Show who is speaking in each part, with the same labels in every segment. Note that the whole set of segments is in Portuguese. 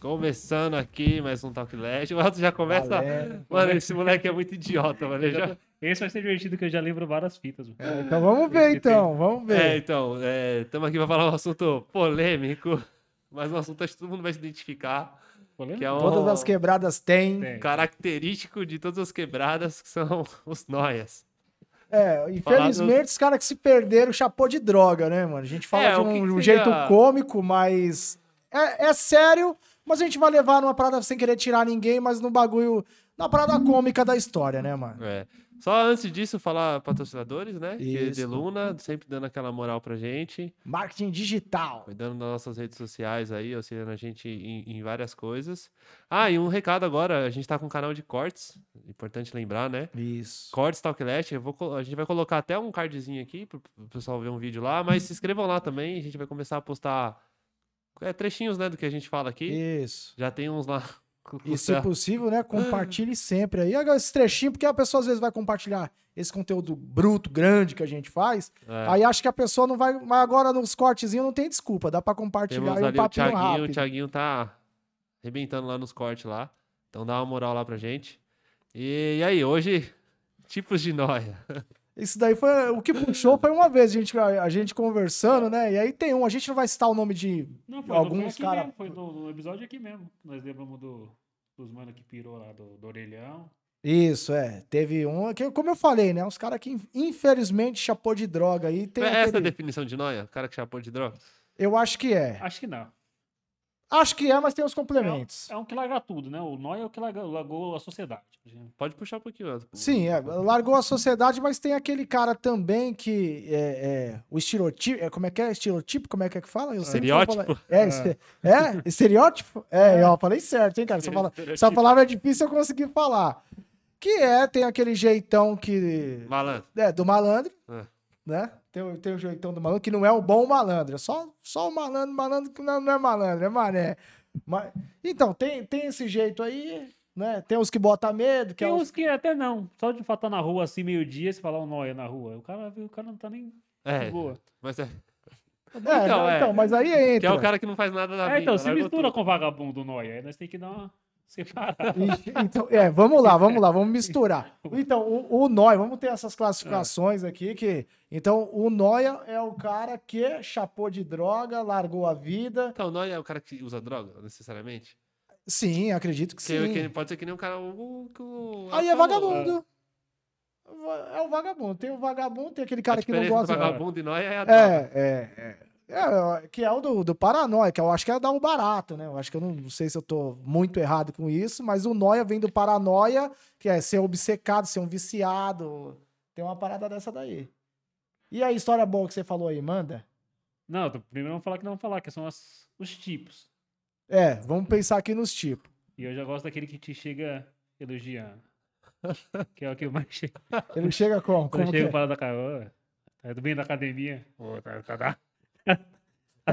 Speaker 1: Começando aqui mais um Talk Leste. O Elton já começa.
Speaker 2: Galera,
Speaker 1: Mano, esse moleque é muito idiota, mano. Ele já-
Speaker 3: Esse vai ser divertido que eu já lembro várias fitas, mano.
Speaker 2: Então vamos ver, então. Vamos
Speaker 1: É,
Speaker 2: ver.
Speaker 1: então, estamos aqui para falar um assunto polêmico, mas um assunto acho que todo mundo vai se identificar,
Speaker 3: Pô,
Speaker 1: que
Speaker 3: lembra?
Speaker 1: é um
Speaker 2: Todas as quebradas têm.
Speaker 3: Tem.
Speaker 1: característico de todas as quebradas, que são os noias.
Speaker 2: É, infelizmente, os caras que se perderam chapou de droga, né, mano? A gente fala
Speaker 1: É,
Speaker 2: de
Speaker 1: o que que
Speaker 2: um, um
Speaker 1: seria-
Speaker 2: jeito cômico, mas. É, é sério, mas a gente vai levar numa parada sem querer tirar ninguém, mas num bagulho. Na parada cômica da história, né, mano?
Speaker 1: É. Só antes disso, falar patrocinadores, né? Que
Speaker 2: Isso.
Speaker 1: de Luna, sempre dando aquela moral pra gente.
Speaker 2: Marketing digital.
Speaker 1: cuidando das nossas redes sociais aí, auxiliando a gente em, em várias coisas. Ah, e um recado agora, a gente tá com um canal de cortes, importante lembrar, né?
Speaker 2: Isso.
Speaker 1: Cortes Talk Leste, eu vou colo- a gente vai colocar até um cardzinho aqui pro pro pessoal ver um vídeo lá, mas se inscrevam lá também, a gente vai começar a postar é, trechinhos, né, do que a gente fala aqui.
Speaker 2: Isso.
Speaker 1: Já tem uns lá. com- com
Speaker 2: E se
Speaker 1: céu.
Speaker 2: possível, né,
Speaker 1: Ah.
Speaker 2: compartilhe sempre aí Agora, esse trechinho, porque a pessoa às vezes vai compartilhar esse conteúdo bruto, grande que a gente faz.
Speaker 1: É.
Speaker 2: Aí acho que a pessoa não vai. Mas agora nos cortezinhos não tem desculpa, dá pra compartilhar
Speaker 1: Temos
Speaker 2: aí um
Speaker 1: ali o
Speaker 2: papinho
Speaker 1: Thiaguinho, o
Speaker 2: rápido.
Speaker 1: Thiaguinho tá arrebentando lá nos cortes lá. Então dá uma moral lá pra gente. E, e aí, hoje, tipos de noia.
Speaker 2: Isso daí foi. O que puxou foi uma vez a gente, a, a gente conversando, né? E aí tem um, a gente não vai citar o nome de.
Speaker 3: Não, foi,
Speaker 2: Alguns
Speaker 3: não foi aqui
Speaker 2: cara-
Speaker 3: mesmo, foi no, no episódio aqui mesmo. Nós lembramos do, dos mano que pirou lá do, do orelhão.
Speaker 2: Isso, é. Teve um. que- como eu falei, né? Uns caras que in- infelizmente chapou de droga aí. Tem
Speaker 1: É Essa é a
Speaker 2: aquele-
Speaker 1: definição de noia? O cara que chapou de droga?
Speaker 2: Eu acho que é.
Speaker 3: Acho que não.
Speaker 2: Acho que é, mas tem os complementos.
Speaker 3: É um que larga tudo, né? O Noia é o que larga- largou a sociedade.
Speaker 1: Pode puxar um pouquinho. Elton.
Speaker 2: Sim, é, largou a sociedade, mas tem aquele cara também que é, é, o estereotipo, é, como é que é? Estereotipo, como é que é que fala? Eu sempre vou falar-
Speaker 1: Estereótipo?
Speaker 2: É, este- é, estereótipo? É, ó, falei certo, hein, cara? Essa, fala- essa palavra é difícil eu conseguir falar. Que é, tem aquele jeitão que...
Speaker 1: Malandro.
Speaker 2: É, do malandro,
Speaker 1: É.
Speaker 2: né? Tem, o- tem o jeitão do malandro, que não é o bom malandro, é só, só o malandro, malandro que não, não é malandro, é mané. Mas, então, tem, tem esse jeito aí, né? Tem os que botam medo, que
Speaker 3: Tem
Speaker 2: é os
Speaker 3: uns que até não. Só de fato tá na rua assim, meio-dia, se falar um Noia na rua. O cara, o cara não tá nem
Speaker 1: É,
Speaker 3: de boa.
Speaker 1: mas é.
Speaker 2: É,
Speaker 1: Então,
Speaker 2: não,
Speaker 1: é.
Speaker 2: então, mas aí entra.
Speaker 1: Que é o cara que não faz nada da vida.
Speaker 3: É, então, se
Speaker 1: largou
Speaker 3: mistura
Speaker 1: tudo.
Speaker 3: com o vagabundo Noia. Aí nós tem que dar uma separada.
Speaker 2: Ixi, Então, é, vamos lá, vamos lá, vamos misturar. Então, o, o Noia, vamos ter essas classificações aqui que. Então, o Noia é o cara que chapou de droga, largou a vida.
Speaker 1: Então, noia é o cara que usa droga, necessariamente?
Speaker 2: Sim, acredito que
Speaker 1: Que-
Speaker 2: sim.
Speaker 1: que pode ser que nem um cara. o- que o-
Speaker 2: Aí é
Speaker 1: falou.
Speaker 2: vagabundo. É o vagabundo. Tem o vagabundo, tem aquele
Speaker 1: A
Speaker 2: cara né, que não
Speaker 1: diferença do
Speaker 2: gosta.
Speaker 1: Vagabundo e noia é a
Speaker 2: É,
Speaker 1: droga.
Speaker 2: é, é. É, que é o do, do Paranoia, que eu acho que é dar o barato, né? Eu acho que eu não, não sei se eu tô muito errado com isso, mas o Noia vem do Paranoia, que é ser obcecado, ser um viciado. Tem uma parada dessa daí. E a história boa que você falou aí, manda?
Speaker 3: Não, tô- primeiro vamos falar que não vamos falar, que são as- os tipos.
Speaker 2: É, vamos pensar aqui nos tipos.
Speaker 3: E eu já gosto daquele que te chega elogiando. que é o que eu mais chega.
Speaker 2: Ele chega como?
Speaker 3: Quando
Speaker 2: Como que
Speaker 3: chega e
Speaker 2: é?
Speaker 3: fala da cara, "Ô, tá bem da academia? Ô, tá, tá da... tá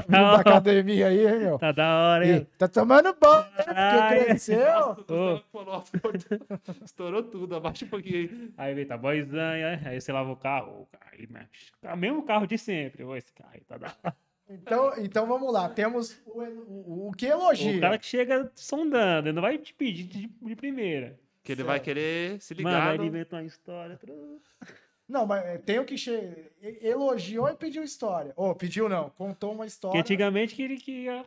Speaker 2: Vindo
Speaker 3: da
Speaker 2: é? da
Speaker 3: hora.
Speaker 2: academia aí, hein, meu?
Speaker 3: Tá da hora,
Speaker 2: Ih,
Speaker 3: hein?
Speaker 2: tá tomando banho, né?
Speaker 3: Ai.
Speaker 2: Porque cresceu.
Speaker 1: Nossa, o Paulo Estourou estourou tudo, abaixa um pouquinho aí.
Speaker 3: Aí vem, tá boizanha. Aí você lava o carro. ô, Aí, mexe. É o mesmo carro de sempre. Ô, esse carro aí tá da hora.
Speaker 2: Então, então vamos lá, temos o, o, o que elogia.
Speaker 3: O cara que chega sondando, ele não vai te pedir de, de primeira.
Speaker 1: Que ele vai querer se
Speaker 3: Mano,
Speaker 1: ligar.
Speaker 3: aí ele
Speaker 1: no-
Speaker 3: inventa uma história. tru-
Speaker 2: Não, mas é, tem o que che... e- elogiou e pediu história. Ou pediu não, contou uma
Speaker 3: Porque
Speaker 2: história.
Speaker 3: antigamente que ele queria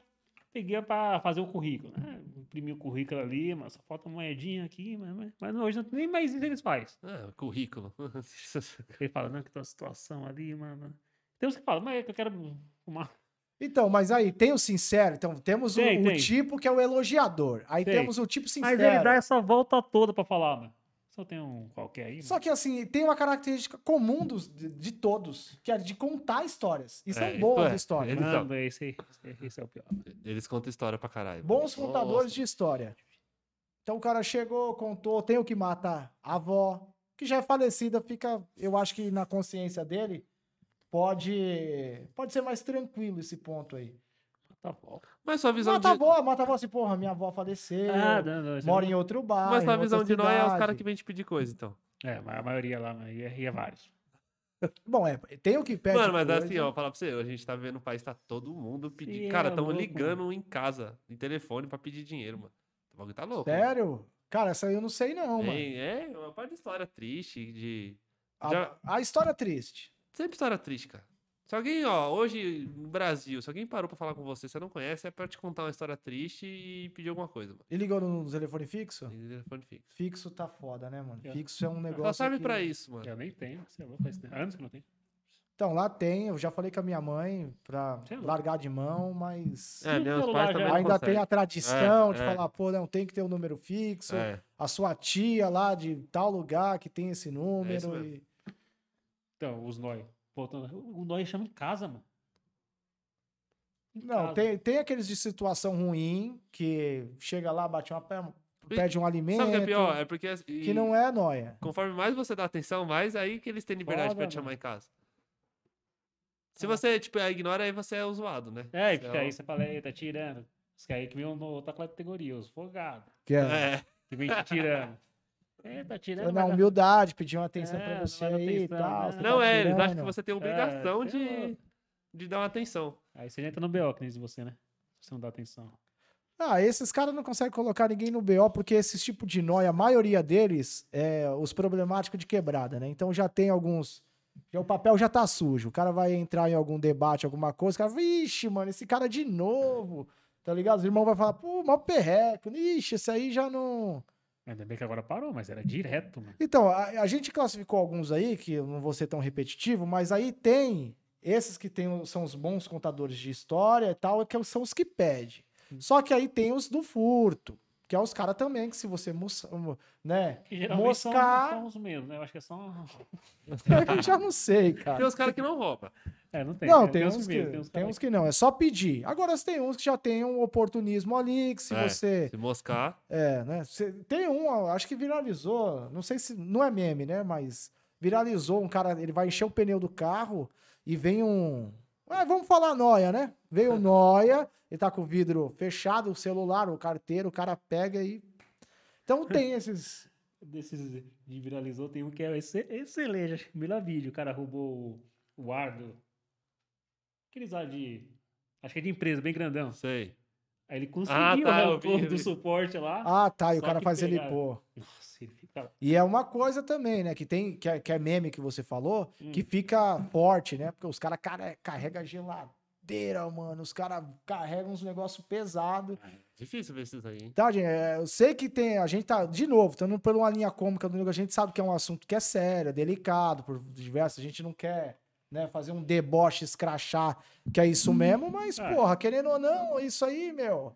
Speaker 3: peguia para fazer o currículo, né? Imprimir o currículo ali, mas só falta uma moedinha aqui, mas, mas- mas hoje não- nem mais isso eles fazem.
Speaker 1: Ah, currículo.
Speaker 3: Ele fala, não, que tem uma situação ali, mano. Tem uns que falam, mas é que eu quero uma.
Speaker 2: Então, mas aí tem o sincero. Então temos o-
Speaker 3: Tem,
Speaker 2: o,
Speaker 3: tem.
Speaker 2: tipo que é o elogiador. Aí
Speaker 3: Tem.
Speaker 2: temos o tipo
Speaker 3: Mas
Speaker 2: sincero.
Speaker 3: ele dá essa volta toda pra falar, mano. Só tem um qualquer aí.
Speaker 2: Só que assim, tem uma característica comum dos, de, de todos, que é de contar histórias. E são
Speaker 1: É, isso
Speaker 2: boas
Speaker 1: é.
Speaker 2: histórias.
Speaker 1: Ele-
Speaker 3: mano.
Speaker 1: então.
Speaker 3: Mano, esse, esse, esse é o pior.
Speaker 1: Eles contam história pra caralho.
Speaker 2: Bons contadores
Speaker 1: de.
Speaker 2: de história. Então o cara chegou, contou, tem o que matar a avó, que já é falecida, fica, eu acho que na consciência dele, pode, pode ser mais tranquilo esse ponto aí.
Speaker 3: Tá bom.
Speaker 1: Mas sua visão
Speaker 2: Mata a
Speaker 1: de.
Speaker 2: avó, mata a avó assim, porra, minha avó faleceu,
Speaker 3: Ah, não, não. esse
Speaker 2: mora
Speaker 3: não-
Speaker 2: em outro bairro.
Speaker 1: Mas sua
Speaker 2: outra
Speaker 1: visão de nós é os
Speaker 2: cidade.
Speaker 3: um-
Speaker 1: caras que vêm te pedir coisa, então.
Speaker 3: É, mas a maioria lá, mas ia, ia é, vários.
Speaker 2: Bom, é, tem o que pede.
Speaker 1: Mano, mas
Speaker 2: coisa.
Speaker 1: assim, ó, falar pra você, a gente tá vivendo um país, tá todo mundo pedindo.
Speaker 3: Cê
Speaker 1: Cara,
Speaker 3: é
Speaker 1: tão
Speaker 3: louco,
Speaker 1: ligando em casa, em telefone, pra pedir dinheiro, mano. O bagulho tá louco. mano.
Speaker 2: Sério? Cara, essa aí eu não sei não, mano.
Speaker 1: Tem, é, uma parte de história triste, de.
Speaker 2: A,
Speaker 1: já-
Speaker 2: a história é triste.
Speaker 1: Sempre história triste, cara. Se alguém, ó, hoje no Brasil, se alguém parou pra falar com você, você não conhece, é pra te contar uma história triste e pedir alguma coisa, mano.
Speaker 2: E ligou no telefone fixo?
Speaker 1: Tem telefone fixo.
Speaker 2: Fixo tá foda, né, mano?
Speaker 3: É.
Speaker 2: Fixo é um negócio.
Speaker 1: Só serve
Speaker 2: que- é.
Speaker 1: pra isso, mano. É,
Speaker 3: Eu nem tenho, sei lá, faz anos que eu não tenho.
Speaker 2: Então, lá tem, eu já falei com a minha mãe pra
Speaker 3: Sei lá.
Speaker 2: largar de mão, mas.
Speaker 1: É, né? Os
Speaker 3: celular
Speaker 1: pais
Speaker 3: já
Speaker 1: também
Speaker 3: é-
Speaker 1: não
Speaker 2: Ainda tem
Speaker 1: conseguem.
Speaker 2: a tradição de
Speaker 1: é.
Speaker 2: falar, pô, não, tem que ter um número fixo.
Speaker 1: É.
Speaker 2: A sua tia lá de tal lugar que tem esse
Speaker 1: isso
Speaker 2: número.
Speaker 1: mesmo.
Speaker 2: e-
Speaker 3: Então, os Noi. Voltando, o Noi chama em casa, mano. Em
Speaker 2: Não,
Speaker 3: casa.
Speaker 2: tem, tem aqueles de situação ruim que chega lá, bate uma perna,
Speaker 1: E-
Speaker 2: pede um alimento.
Speaker 1: Sabe o que é pior? É porque.
Speaker 2: que não é nóia.
Speaker 1: Conforme mais você dá atenção, mais aí que eles têm liberdade pra
Speaker 3: Foda,
Speaker 1: te chamar
Speaker 3: mano.
Speaker 1: em casa. Se
Speaker 3: Ah.
Speaker 1: você, tipo, ignora, aí você é o zoado, né?
Speaker 3: É, e
Speaker 1: Você
Speaker 3: fica
Speaker 1: o-
Speaker 3: aí, você fala, "Ei, tá tirando. Os caras aí que um vêm na outra tá categoria, os folgados.
Speaker 2: Que é,
Speaker 1: É.
Speaker 3: Que vem te tirando. É, tá tirando.
Speaker 2: na
Speaker 3: vai dar-
Speaker 2: humildade, pedir uma atenção
Speaker 3: É,
Speaker 2: pra
Speaker 3: não
Speaker 2: você
Speaker 3: vai dar
Speaker 2: aí e
Speaker 3: atenção,
Speaker 2: tal.
Speaker 3: né?
Speaker 2: você
Speaker 1: Não
Speaker 2: tá
Speaker 1: é, eles acham que
Speaker 2: tirando.
Speaker 1: você tem obrigação
Speaker 3: É, sei
Speaker 1: de, de dar uma atenção.
Speaker 3: Aí você já entra no BO que nem diz você, né? Você não dá atenção.
Speaker 2: Ah, esses caras não conseguem colocar ninguém no BO, porque esse tipo de nóia, a maioria deles é os problemáticos de quebrada, né? Então já tem alguns. já o papel já tá sujo. O cara vai entrar em algum debate, alguma coisa, o cara, vixe, mano, esse cara de novo. Tá ligado? Os irmãos vão falar, pô, mó perreco, ixi, esse aí já não.
Speaker 3: Ainda bem que agora parou, mas era direto, mano.
Speaker 2: Então, a, a gente classificou alguns aí, que eu não vou ser tão repetitivo, mas aí tem esses que tem, o- são os bons contadores de história e tal, é que são os que pedem. Só que aí tem os do furto, que é os caras também, que se você moça- né?
Speaker 3: Que geralmente
Speaker 2: Moscar.
Speaker 3: são, são os mesmos, né? Eu acho que é só.
Speaker 2: Eu já não sei,
Speaker 1: Tem
Speaker 2: cara.
Speaker 1: os caras que não roubam.
Speaker 3: É, não tem.
Speaker 2: Não, tem uns,
Speaker 3: os
Speaker 2: que,
Speaker 3: mesmos,
Speaker 2: tem
Speaker 3: caras
Speaker 2: uns que não, é só pedir. Agora tem uns que já tem um oportunismo ali, que se
Speaker 1: É.
Speaker 2: você.
Speaker 1: Se moscar.
Speaker 2: É, né? Cê- tem um, ó, acho que viralizou, não sei se não é meme, né? Mas viralizou um cara, ele vai encher o pneu do carro e vem um. Ah, vamos falar noia, né? Veio
Speaker 3: É.
Speaker 2: um noia, ele tá com o vidro fechado, o celular, o carteiro, o cara pega e. Então tem esses.
Speaker 3: desses de viralizou, tem um que é esse- excelente, acho que o melhor vídeo. O cara roubou o, o ar do. Aqueles ar de. Acho que é de empresa, bem grandão.
Speaker 1: Não sei.
Speaker 3: Aí ele conseguiu
Speaker 1: tá,
Speaker 3: né,
Speaker 1: eu
Speaker 3: o
Speaker 1: vi,
Speaker 3: povo
Speaker 1: eu
Speaker 3: do
Speaker 1: vi.
Speaker 3: suporte lá.
Speaker 2: Ah, tá, e o
Speaker 3: Só
Speaker 2: cara
Speaker 3: que
Speaker 2: faz ele
Speaker 3: pegaram.
Speaker 2: pô.
Speaker 3: Nossa, ele fica.
Speaker 2: E é uma coisa também, né? Que tem, que é, que é meme que você falou,
Speaker 3: Hum.
Speaker 2: que fica forte, né? Porque os caras cara, carregam geladeira, mano. Os caras carregam uns negócios pesados.
Speaker 1: Difícil ver esses aí, hein?
Speaker 2: Tá, gente, é, eu sei que tem. A gente tá, de novo, estando por uma linha cômica do negócio, a gente sabe que é um assunto que é sério, é delicado, por diversos. A gente não quer né, fazer um deboche, escrachar, que é isso mesmo, mas,
Speaker 3: É.
Speaker 2: porra, querendo ou não, isso aí, meu.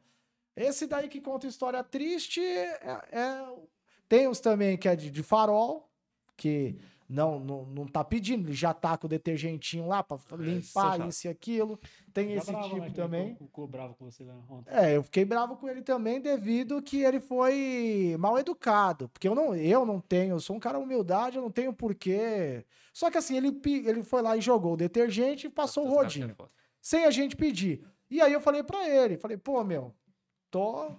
Speaker 2: Esse daí que conta história triste é. é- tem os também que é de, de farol, que não, não, não tá pedindo, ele já tá com o detergentinho lá pra
Speaker 1: é
Speaker 2: limpar
Speaker 1: chato.
Speaker 2: isso e aquilo. Tem
Speaker 3: Tá
Speaker 2: esse
Speaker 3: bravo, né,
Speaker 2: tipo
Speaker 3: que
Speaker 2: também.
Speaker 3: ele Ficou, ficou bravo com você lá ontem.
Speaker 2: É, eu fiquei bravo com ele também devido que ele foi mal educado, porque eu não, eu não tenho, eu sou um cara humildade, eu não tenho porquê. Só que assim, ele, pe- ele foi lá e jogou o detergente e passou Ah, o
Speaker 1: Esses caras que é
Speaker 2: rodinho,
Speaker 1: foda.
Speaker 2: sem a gente pedir. E aí eu falei pra ele, falei, pô, meu, tô...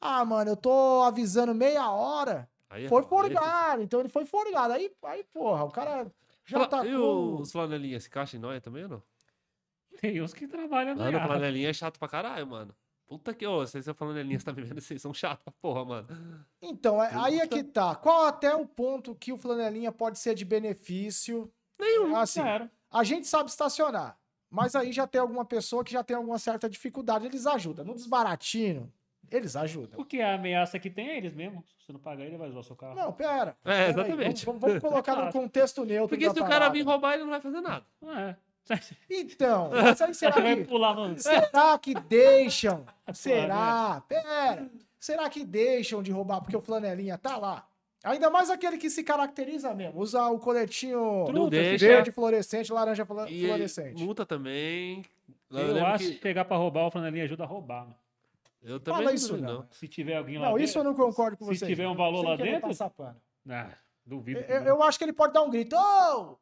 Speaker 2: Ah, mano, eu tô avisando meia hora.
Speaker 1: Aí é
Speaker 2: Foi
Speaker 1: foda, esses-
Speaker 2: forgado, então ele foi forgado. Aí, aí porra, o cara já
Speaker 1: Fala-
Speaker 2: tá
Speaker 1: E
Speaker 2: com...
Speaker 1: os flanelinhas se caixa em nóia também ou não?
Speaker 3: Tem uns que trabalham na
Speaker 1: Mano, o
Speaker 3: área.
Speaker 1: flanelinha é chato pra caralho, mano. Puta que. Ô, vocês são flanelinhas, tá me vendo? Vocês são chato pra porra, mano.
Speaker 2: Então, é- aí é
Speaker 1: Puta.
Speaker 2: que tá. Qual até o ponto que o flanelinha pode ser de benefício? Nenhum. Assim,
Speaker 3: Claro.
Speaker 2: A gente sabe estacionar, mas aí já tem alguma pessoa que já tem alguma certa dificuldade, eles ajudam. No desbaratino, eles ajudam.
Speaker 3: Porque a ameaça que tem é eles mesmo. Se você não pagar, ele vai zoar seu carro.
Speaker 2: Não, pera.
Speaker 1: É,
Speaker 2: pera aí,
Speaker 1: exatamente.
Speaker 2: Vamos, vamos- vamos colocar no contexto neutro.
Speaker 1: Porque
Speaker 2: da
Speaker 1: se o cara
Speaker 2: parada.
Speaker 1: vir roubar, ele não vai fazer nada.
Speaker 3: Não é. Você
Speaker 2: Então, mas aí será
Speaker 3: vai
Speaker 2: que,
Speaker 3: pular no.
Speaker 2: será que deixam?
Speaker 3: Ah,
Speaker 2: Será? Pera. Será que deixam de roubar porque o flanelinha tá lá? Ainda mais aquele que se caracteriza mesmo, usa o coletinho
Speaker 3: Não
Speaker 1: deixa.
Speaker 2: verde fluorescente, laranja flu-
Speaker 1: E
Speaker 2: fluorescente.
Speaker 1: multa também. Eu,
Speaker 3: Eu
Speaker 1: lembro
Speaker 3: acho que
Speaker 1: que-
Speaker 3: chegar pra roubar, o flanelinha ajuda a roubar, mano.
Speaker 1: eu também
Speaker 2: Fala
Speaker 1: não
Speaker 2: isso
Speaker 1: duvido,
Speaker 2: não.
Speaker 1: não.
Speaker 3: Se tiver alguém lá
Speaker 2: Não,
Speaker 3: dentro.
Speaker 2: isso eu não concordo com
Speaker 3: se
Speaker 2: vocês.
Speaker 3: tiver um valor
Speaker 2: Sem
Speaker 3: lá
Speaker 2: querer
Speaker 3: dentro-
Speaker 2: passar pano.
Speaker 3: Ah, duvido. que
Speaker 2: Eu,
Speaker 3: não.
Speaker 2: É, eu acho que ele pode dar um grito. "Ô!"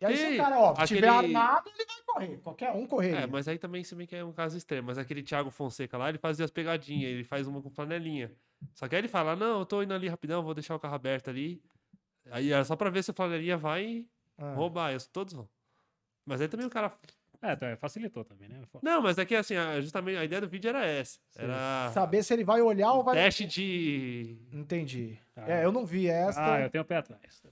Speaker 2: E aí, se
Speaker 1: Sim,
Speaker 2: o cara, ó,
Speaker 1: aquele-
Speaker 2: tiver armado, ele vai correr. Qualquer um correria.
Speaker 1: É, mas aí também, se bem que é um caso extremo. Mas aquele Thiago Fonseca lá, ele fazia as pegadinhas, ele faz uma com flanelinha. Só que aí ele fala: Não, eu tô indo ali rapidão, vou deixar o carro aberto ali. Aí era só pra ver se o flanelinha vai e
Speaker 2: Ah.
Speaker 1: Roubar, isso, todos vão. Mas aí também o cara.
Speaker 3: É, tá, facilitou também, né? Fo-
Speaker 1: Não, mas é que assim, a- justamente a ideia do vídeo era essa.
Speaker 3: Sim.
Speaker 1: Era
Speaker 2: Saber se ele vai olhar ou vai. um
Speaker 1: teste de.
Speaker 2: Entendi.
Speaker 3: Ah.
Speaker 2: É, eu não vi essa.
Speaker 3: Ah, eu tenho o pé atrás.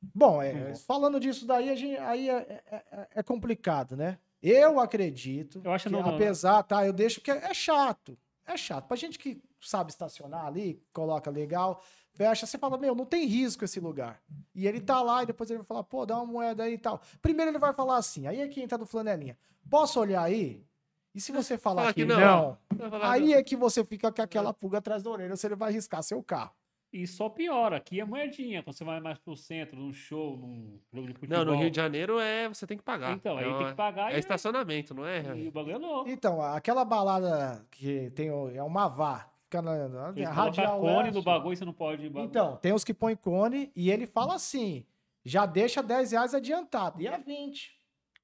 Speaker 2: Bom, é,
Speaker 3: Não.
Speaker 2: falando disso daí, a gente, aí é, é- é- é complicado, né? Eu acredito.
Speaker 3: Eu acho
Speaker 2: que,
Speaker 3: não- não-
Speaker 2: apesar, tá? Eu deixo porque é chato. É chato. Pra gente que sabe estacionar ali, coloca legal, fecha, você fala, meu, não tem risco esse lugar. E ele tá lá e depois ele vai falar, pô, dá uma moeda aí e tal. Primeiro ele vai falar assim, aí é que entra do flanelinha. Posso olhar aí? E se você falar
Speaker 1: Fala
Speaker 2: que,
Speaker 1: que
Speaker 2: não,
Speaker 1: não. Vai falar,
Speaker 2: aí é que você fica com aquela pulga atrás da orelha, se ele vai riscar seu carro.
Speaker 3: E só piora, aqui é moedinha. Quando você vai mais pro centro, num show, num jogo de futebol.
Speaker 1: Não, no Rio de Janeiro é você tem que pagar.
Speaker 3: Então, aí
Speaker 1: é
Speaker 3: tem que pagar
Speaker 1: É
Speaker 3: e,
Speaker 1: estacionamento, não é?
Speaker 3: e o bagulho é louco.
Speaker 2: Então, aquela balada que tem o- é uma vá, fica na, na
Speaker 3: Eles
Speaker 2: na
Speaker 3: colocam
Speaker 2: radial
Speaker 3: cone
Speaker 2: leste.
Speaker 3: no bagulho, você não pode...
Speaker 2: Então, tem os que põem cone e ele fala assim: já deixa 10 reais adiantado. E é 20.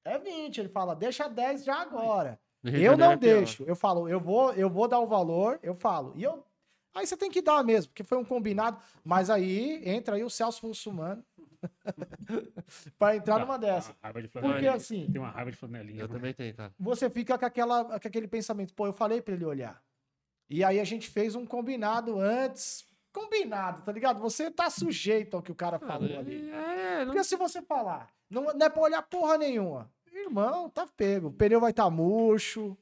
Speaker 2: É 20. Ele fala, deixa 10 já agora.
Speaker 1: No Rio de
Speaker 2: Eu
Speaker 1: Janeiro
Speaker 2: não
Speaker 1: é pior.
Speaker 2: deixo. Eu falo, eu vou, eu vou dar o valor, eu falo. E eu. Aí você tem que dar mesmo, porque foi um combinado. Mas aí entra aí o Celso Russumano para entrar
Speaker 3: Tá.
Speaker 2: numa dessa.
Speaker 3: Raiva de flanelinha.
Speaker 2: Porque assim,
Speaker 3: Tem uma raiva de flanelinha. né?
Speaker 1: Eu também tenho, cara.
Speaker 2: você fica com, aquela, com aquele pensamento, pô, eu falei pra ele olhar. E aí a gente fez um combinado antes. Combinado, tá ligado? Você tá sujeito ao que o cara
Speaker 1: Cara,
Speaker 2: falou ali.
Speaker 1: Ah, É, não
Speaker 2: Porque se você falar, não, não é pra olhar porra nenhuma. Irmão, tá pego. O pneu vai tá murcho.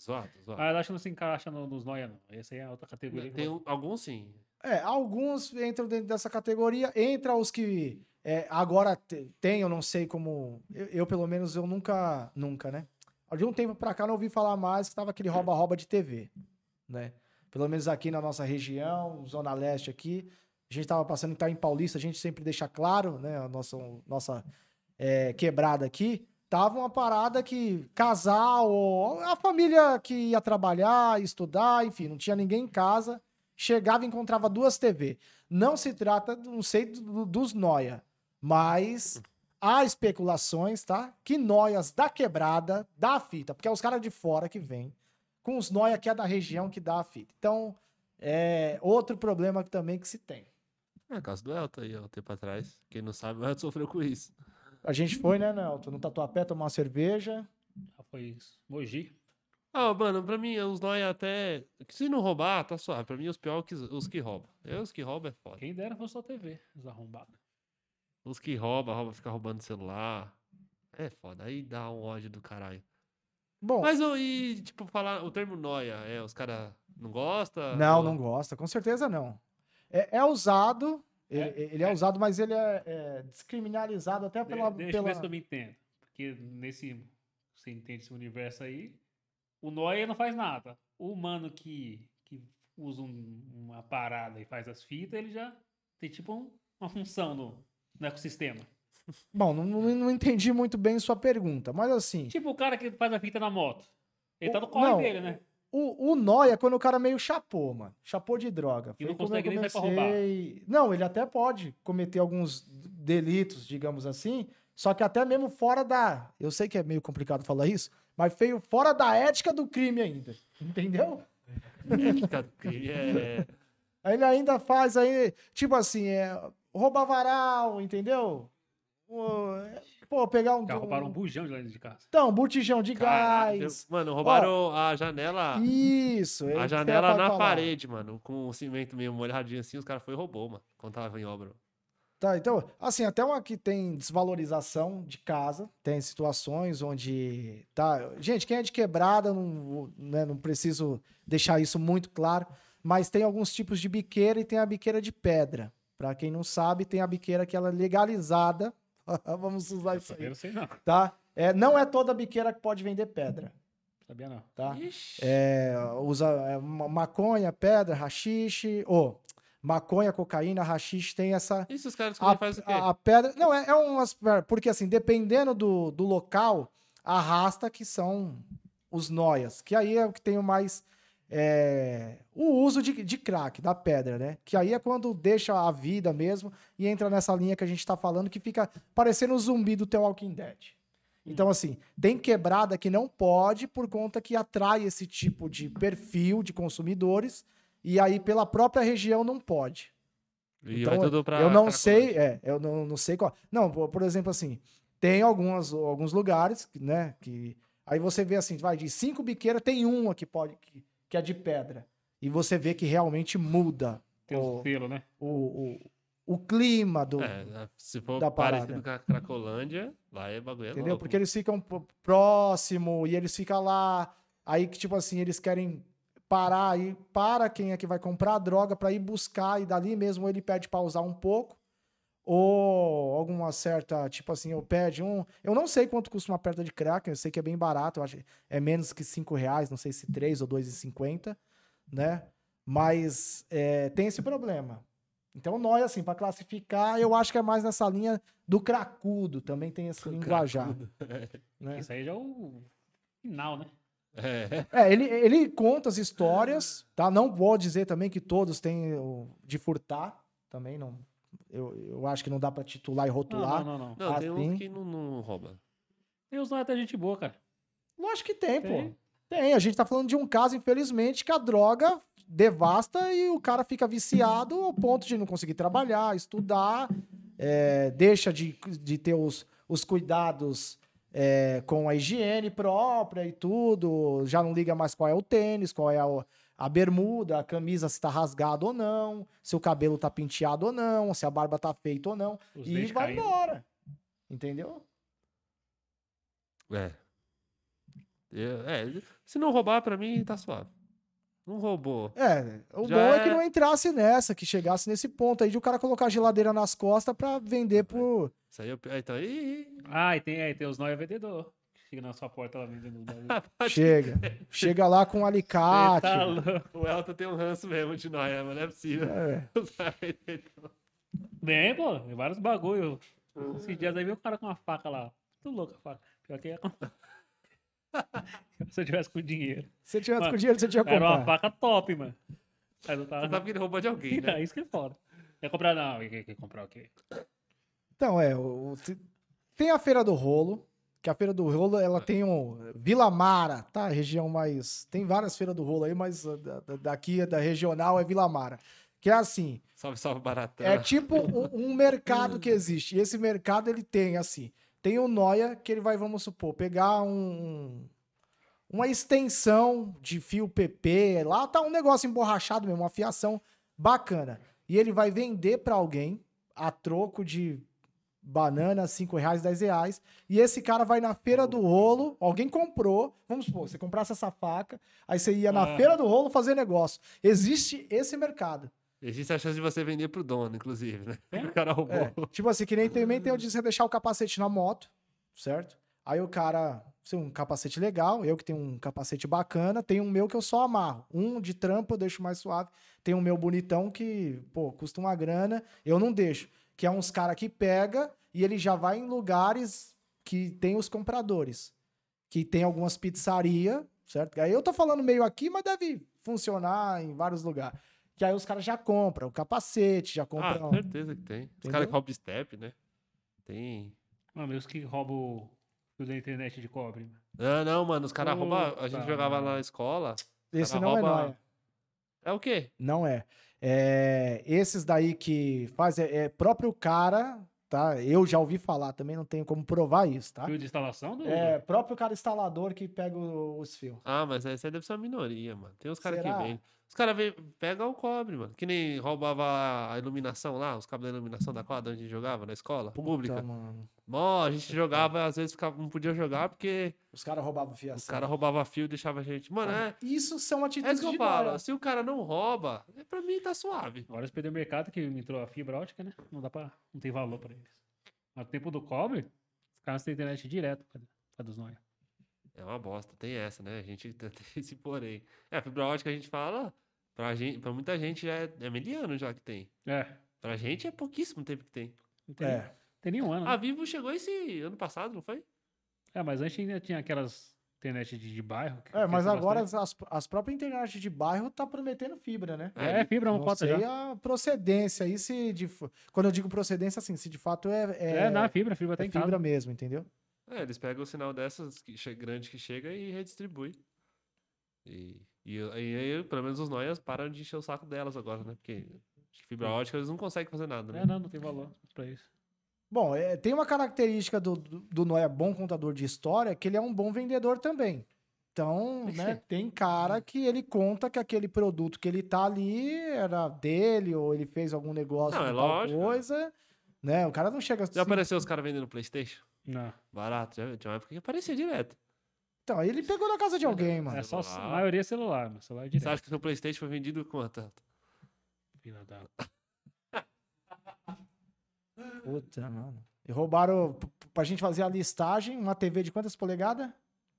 Speaker 1: Zoado, zoado.
Speaker 3: Ah, eu acho que não se encaixa no- nos noia, não. Essa aí é outra categoria.
Speaker 1: Tem um- alguns sim.
Speaker 2: É, alguns entram dentro dessa categoria. Entra os que é, agora te- tem, eu não sei como. Eu, eu, pelo menos, eu nunca. Nunca, né? De um tempo pra cá não ouvi falar mais que tava aquele rouba-rouba de TV, né? Pelo menos aqui na nossa região, Zona Leste aqui. A gente tava passando tá em Paulista, a gente sempre deixa claro, né? A nossa, nossa é, quebrada aqui. Tava uma parada que casal, ou a família que ia trabalhar, estudar, enfim, não tinha ninguém em casa chegava e encontrava duas TV. Não se trata, não sei, do- dos noia, mas há especulações, tá? Que noias da quebrada dá a fita, porque é os caras de fora que vêm com os noia que é da região que dá a fita. Então, é outro problema também que se tem.
Speaker 1: É, a casa do Elton aí, ó, um tempo atrás. Quem não sabe, o Elton sofreu com isso.
Speaker 2: A gente foi, né, Nelton, no Tatuapé tomar uma cerveja.
Speaker 3: Ah, foi isso. Mogi.
Speaker 1: Ah, mano, pra mim, os nóia é até. Se não roubar, tá suave. Pra mim, os piores que os que roubam. Eu, os que roubam é foda.
Speaker 3: Quem dera fosse só TV, os arrombados.
Speaker 1: Os que roubam, rouba, fica roubando celular. É foda. Aí dá um ódio do caralho.
Speaker 2: Bom,
Speaker 1: Mas eu, e, tipo, falar o termo noia, é, os caras não gostam?
Speaker 2: não, não gosta, com certeza não. É, é usado, ele
Speaker 3: É,
Speaker 2: ele é, usado, mas ele é, é descriminalizado até
Speaker 3: De-
Speaker 2: pela.
Speaker 3: Deixa eu
Speaker 2: pela...
Speaker 3: ver se eu me entendo. Porque nesse. Você entende esse universo aí. O Noia não faz nada. O humano que, que usa um- uma parada e faz as fitas, ele já tem tipo um- uma função no, no ecossistema.
Speaker 2: Bom, não, não- não entendi muito bem sua pergunta, mas assim,
Speaker 3: Tipo o cara que faz a fita na moto. Ele tá
Speaker 2: O-
Speaker 3: no corre
Speaker 2: não,
Speaker 3: dele, né?
Speaker 2: o, o nóia é quando o cara meio chapou, mano. Chapou de droga.
Speaker 3: E
Speaker 2: Foi
Speaker 3: não
Speaker 2: como eu
Speaker 3: consegue nem sair pra
Speaker 2: comecei- Não, ele até pode cometer alguns delitos, digamos assim, só que até mesmo fora da. Eu sei que é meio complicado falar isso, mas feio fora da ética do crime ainda. Entendeu?
Speaker 1: É,
Speaker 2: Aí Ele ainda faz aí, tipo assim, é, roubar varal, entendeu? Pô, é- Pô, pegar um.
Speaker 3: Já roubaram um bujão de lá dentro de casa.
Speaker 2: Então, botijão de
Speaker 1: Caralho, deu-
Speaker 2: gás.
Speaker 1: mano, roubaram a janela.
Speaker 2: Isso, é isso que
Speaker 1: Ah. A
Speaker 2: você
Speaker 1: janela
Speaker 2: vai
Speaker 1: na
Speaker 2: falar.
Speaker 1: parede, mano. Com o cimento meio molhadinho assim, os caras foi e roubou, mano. Quando tava em obra.
Speaker 2: Tá, então, assim, até uma que tem desvalorização de casa, tem situações onde, tá, gente, quem é de quebrada, não, vou- né, não preciso deixar isso muito claro, mas tem alguns tipos de biqueira e tem a biqueira de pedra. Pra quem não sabe, tem a biqueira que ela é legalizada, vamos usar isso
Speaker 3: Sabia,
Speaker 2: aí,
Speaker 3: não sei não.
Speaker 2: tá? É, não é toda biqueira que pode vender pedra,
Speaker 3: Sabia não.
Speaker 2: tá?
Speaker 1: Ixi.
Speaker 2: É, usa é, ma- maconha, pedra, rachixe, ou maconha, cocaína, rachixe, tem essa...
Speaker 1: E se os caras
Speaker 2: A,
Speaker 1: descobrirem faz o quê?
Speaker 2: a- a pedra. Não, é, é umas. Porque assim, dependendo do, do local, arrasta que são os noias. Que aí é o que tem o mais. é, o uso de, de crack, da pedra, né? Que aí é quando deixa a vida mesmo e entra nessa linha que a gente tá falando, que fica parecendo o zumbi do The Walking Dead. Então,
Speaker 1: Hum.
Speaker 2: assim, tem quebrada que não pode por conta que atrai esse tipo de perfil de consumidores e aí pela própria região não pode.
Speaker 1: E
Speaker 2: Então,
Speaker 1: vai tudo pra.
Speaker 2: eu não
Speaker 1: pra
Speaker 2: sei, é, eu não, não sei qual. Não, por por exemplo, assim, tem algumas, alguns lugares, né, que aí você vê assim, vai de cinco biqueiras tem uma que pode que, que é de pedra e você vê que realmente muda
Speaker 3: Tem o
Speaker 2: Ô.
Speaker 3: selo, né?
Speaker 2: o, o, o clima do,
Speaker 1: É, se for
Speaker 2: da
Speaker 1: parecido com a Cracolândia, lá é bagulho. É
Speaker 2: entendeu?
Speaker 1: louco,
Speaker 2: Porque eles ficam p- próximo e eles ficam lá, aí que tipo assim eles querem parar aí para quem é que vai comprar a droga para ir buscar e dali mesmo ele pede pausar um pouco ou alguma certa, tipo assim, eu pede um. Eu não sei quanto custa uma perna de crack, eu sei que é bem barato, eu acho que é menos que 5 reais, não sei se 3 ou 2,50, né? Mas é, tem esse problema. Então, nós, assim, para classificar, eu acho que é mais nessa linha do cracudo, também tem esse linguajar.
Speaker 1: Cracudo.
Speaker 2: né?
Speaker 3: Isso aí já é o final, né?
Speaker 1: É.
Speaker 2: É, ele, ele conta as histórias, tá? Não vou dizer também que todos têm o de furtar, também não. Eu, eu acho que não dá para titular e
Speaker 3: Não,
Speaker 2: rotular.
Speaker 3: não, não, não.
Speaker 1: Não, tem uns
Speaker 2: Assim.
Speaker 1: que não, não rouba.
Speaker 3: Tem os lá até gente boa, cara.
Speaker 2: Lógico que tem,
Speaker 3: Tem.
Speaker 2: pô. Tem. A gente tá falando de um caso, infelizmente, que a droga devasta e o cara fica viciado ao ponto de não conseguir trabalhar, estudar, é, deixa de, de ter os, os cuidados é, com a higiene própria e tudo, já não liga mais qual é o tênis, qual é o- a, bermuda, a camisa se tá rasgada ou não, se o cabelo tá penteado ou não, se a barba tá feita ou não,
Speaker 3: Os
Speaker 2: e
Speaker 3: dentes
Speaker 2: vai
Speaker 3: caindo.
Speaker 2: embora. Entendeu?
Speaker 1: É. Eu- é. Se não roubar, pra mim, tá suave. Não roubou.
Speaker 2: É, o
Speaker 1: Já
Speaker 2: bom é... que
Speaker 1: é-
Speaker 2: não entrasse nessa, que chegasse nesse ponto aí de o cara colocar a geladeira nas costas pra vender por.
Speaker 1: Isso aí eu. é, Então, ih,
Speaker 3: Ah, e tem, é, tem os nós vendedor. Chega na sua porta lá vendendo.
Speaker 2: Chega. Chega lá com um alicate.
Speaker 3: tá louco.
Speaker 1: o Elton tem um ranço mesmo de Noia, mas não é possível.
Speaker 2: É.
Speaker 3: Bem, pô, tem vários bagulho. Esses dias aí veio o cara com uma faca lá. Tô louco a faca. Pior que é. Se eu tivesse com dinheiro.
Speaker 2: Se você tivesse
Speaker 3: Mano,
Speaker 2: com dinheiro, você tinha
Speaker 3: Era uma
Speaker 2: comprado.
Speaker 3: faca top, mano. Mas eu tava.
Speaker 1: Você sabe que ele roubou de alguém, né?
Speaker 3: Não, isso que é foda. Quer comprar? Não, quer, quer comprar o quê?
Speaker 2: Então, é. o- o- te- Tem a Feira do Rolo, que a Feira do Rolo, ela tem um. Vila Mara, tá? A região mais. Tem várias Feiras do Rolo aí, mas uh, da- da- daqui, da regional, é Vila Mara. Que é assim.
Speaker 1: Salve, salve, baratão.
Speaker 2: É tipo um, um mercado que existe. E esse mercado ele tem assim: tem o Noia, que ele vai, vamos supor, pegar um, uma extensão de fio PP. Lá tá um negócio emborrachado mesmo, uma fiação bacana. E ele vai vender pra alguém a troco de banana, 5 reais, 10 reais. E esse cara vai na feira do rolo, alguém comprou. Vamos supor, você comprasse essa faca, aí você ia na
Speaker 3: Ah.
Speaker 2: feira do rolo fazer negócio. Existe esse mercado.
Speaker 1: Existe a chance de você vender pro dono, inclusive, né?
Speaker 3: É?
Speaker 1: O cara roubou.
Speaker 2: É, tipo assim, que nem também tem o de você deixar o capacete na moto, certo? Aí o cara, assim, um capacete legal, eu que tenho um capacete bacana, tem um meu que eu só amarro. Um de trampa eu deixo mais suave, tem um meu bonitão que, pô, custa uma grana, eu não deixo. Que é uns cara que pega e ele já vai em lugares que tem os compradores. Que tem algumas pizzarias, certo? Aí eu tô falando meio aqui, mas deve funcionar em vários lugares. Que aí os caras já compram o capacete, já
Speaker 1: Ah,
Speaker 2: compram.
Speaker 1: certeza que tem. Os
Speaker 2: um. Entendeu?
Speaker 1: caras que roubam step, né? Tem.
Speaker 3: Mano, os que roubam o fio da internet de cobre. mano.
Speaker 1: Ah, não, mano, os caras roubam. A
Speaker 3: Puta
Speaker 1: gente jogava lá na
Speaker 3: merda.
Speaker 1: escola.
Speaker 2: Esse
Speaker 1: cara
Speaker 2: não é
Speaker 1: rouba-
Speaker 2: nóia.
Speaker 1: É o quê?
Speaker 2: Não é. É, esses daí que faz é, é próprio cara, tá? Eu já ouvi falar também, não tenho como provar isso, tá?
Speaker 3: Fio de instalação do.
Speaker 2: É próprio cara instalador que pega o- os fios.
Speaker 1: Ah, mas essa aí deve ser uma minoria, mano. Tem uns caras que
Speaker 2: Será?
Speaker 1: vendem. Os caras vêm- pegam o cobre, mano. Que nem roubava a iluminação lá, os cabos da iluminação da quadra onde a gente jogava na escola
Speaker 2: Tá,
Speaker 1: pública.
Speaker 2: mano.
Speaker 1: Mó, a gente jogava, às vezes ficava, não podia jogar porque
Speaker 2: Os caras roubavam
Speaker 1: os
Speaker 2: fiação.
Speaker 1: caras roubavam fio e deixavam a gente. Mano, é,
Speaker 2: Isso são
Speaker 1: é
Speaker 2: atitudes
Speaker 1: isso que eu
Speaker 2: Ah, de
Speaker 1: falo.
Speaker 2: nóia.
Speaker 1: Se o cara não rouba, é, pra mim tá suave.
Speaker 3: Agora eles perderam o mercado que entrou a fibra ótica, né? Não dá pra. Não tem valor pra eles. Mas no tempo do cobre, os caras têm internet direto pra, pra dos nós.
Speaker 1: É uma bosta, tem essa, né? A gente tem esse porém. É, a fibra ótica a gente fala, pra, gente, pra muita gente já é, é mediano já que tem.
Speaker 3: É.
Speaker 1: Pra gente é pouquíssimo tempo que tem.
Speaker 3: Não tem,
Speaker 2: É.
Speaker 3: tem nenhum ano. né?
Speaker 1: A Vivo chegou esse ano passado, não foi?
Speaker 3: É, mas antes ainda tinha aquelas internet de, de bairro. que
Speaker 2: É, mas
Speaker 3: cresceu
Speaker 2: agora
Speaker 3: bastante.
Speaker 2: as, as próprias internet de bairro tá prometendo fibra, né?
Speaker 3: É, fibra, uma
Speaker 2: Não
Speaker 3: cota
Speaker 2: sei
Speaker 3: já.
Speaker 2: a procedência aí se de, f- quando eu digo procedência assim, se de fato é é,
Speaker 3: É, dá fibra, fibra até
Speaker 2: é
Speaker 3: em
Speaker 2: fibra
Speaker 3: casa.
Speaker 2: mesmo, entendeu?
Speaker 1: É, eles pegam o sinal dessas que che- grande que chega e redistribui. E, e, eu- e aí, pelo menos os noias param de encher o saco delas agora, né? Porque Acho que fibra ótica eles não conseguem fazer nada, né?
Speaker 3: Hum. É, não, não tem valor pra isso.
Speaker 2: Bom, é, tem uma característica do, do, do Noia bom contador de história, que ele é um bom vendedor também. Então, né, tem cara que ele conta que aquele produto que ele tá ali era dele, ou ele fez algum negócio
Speaker 1: Não,
Speaker 2: com
Speaker 1: é
Speaker 2: tal
Speaker 1: lógico, né?
Speaker 2: coisa. Né? O cara não chega assim.
Speaker 1: Já apareceu os caras vendendo Playstation?
Speaker 3: Não.
Speaker 1: Barato, já tinha uma época que aparecia direto.
Speaker 2: Então, aí ele pegou na casa de alguém, mano.
Speaker 3: É só
Speaker 1: Celular.
Speaker 3: a maioria é celular, mano. Celular
Speaker 1: Você
Speaker 3: é direto.
Speaker 1: acha que o seu Playstation foi vendido quanto?
Speaker 3: Filha da-
Speaker 2: É. Puta, mano. E roubaram p- p- pra gente fazer a listagem, uma TV de quantas polegadas?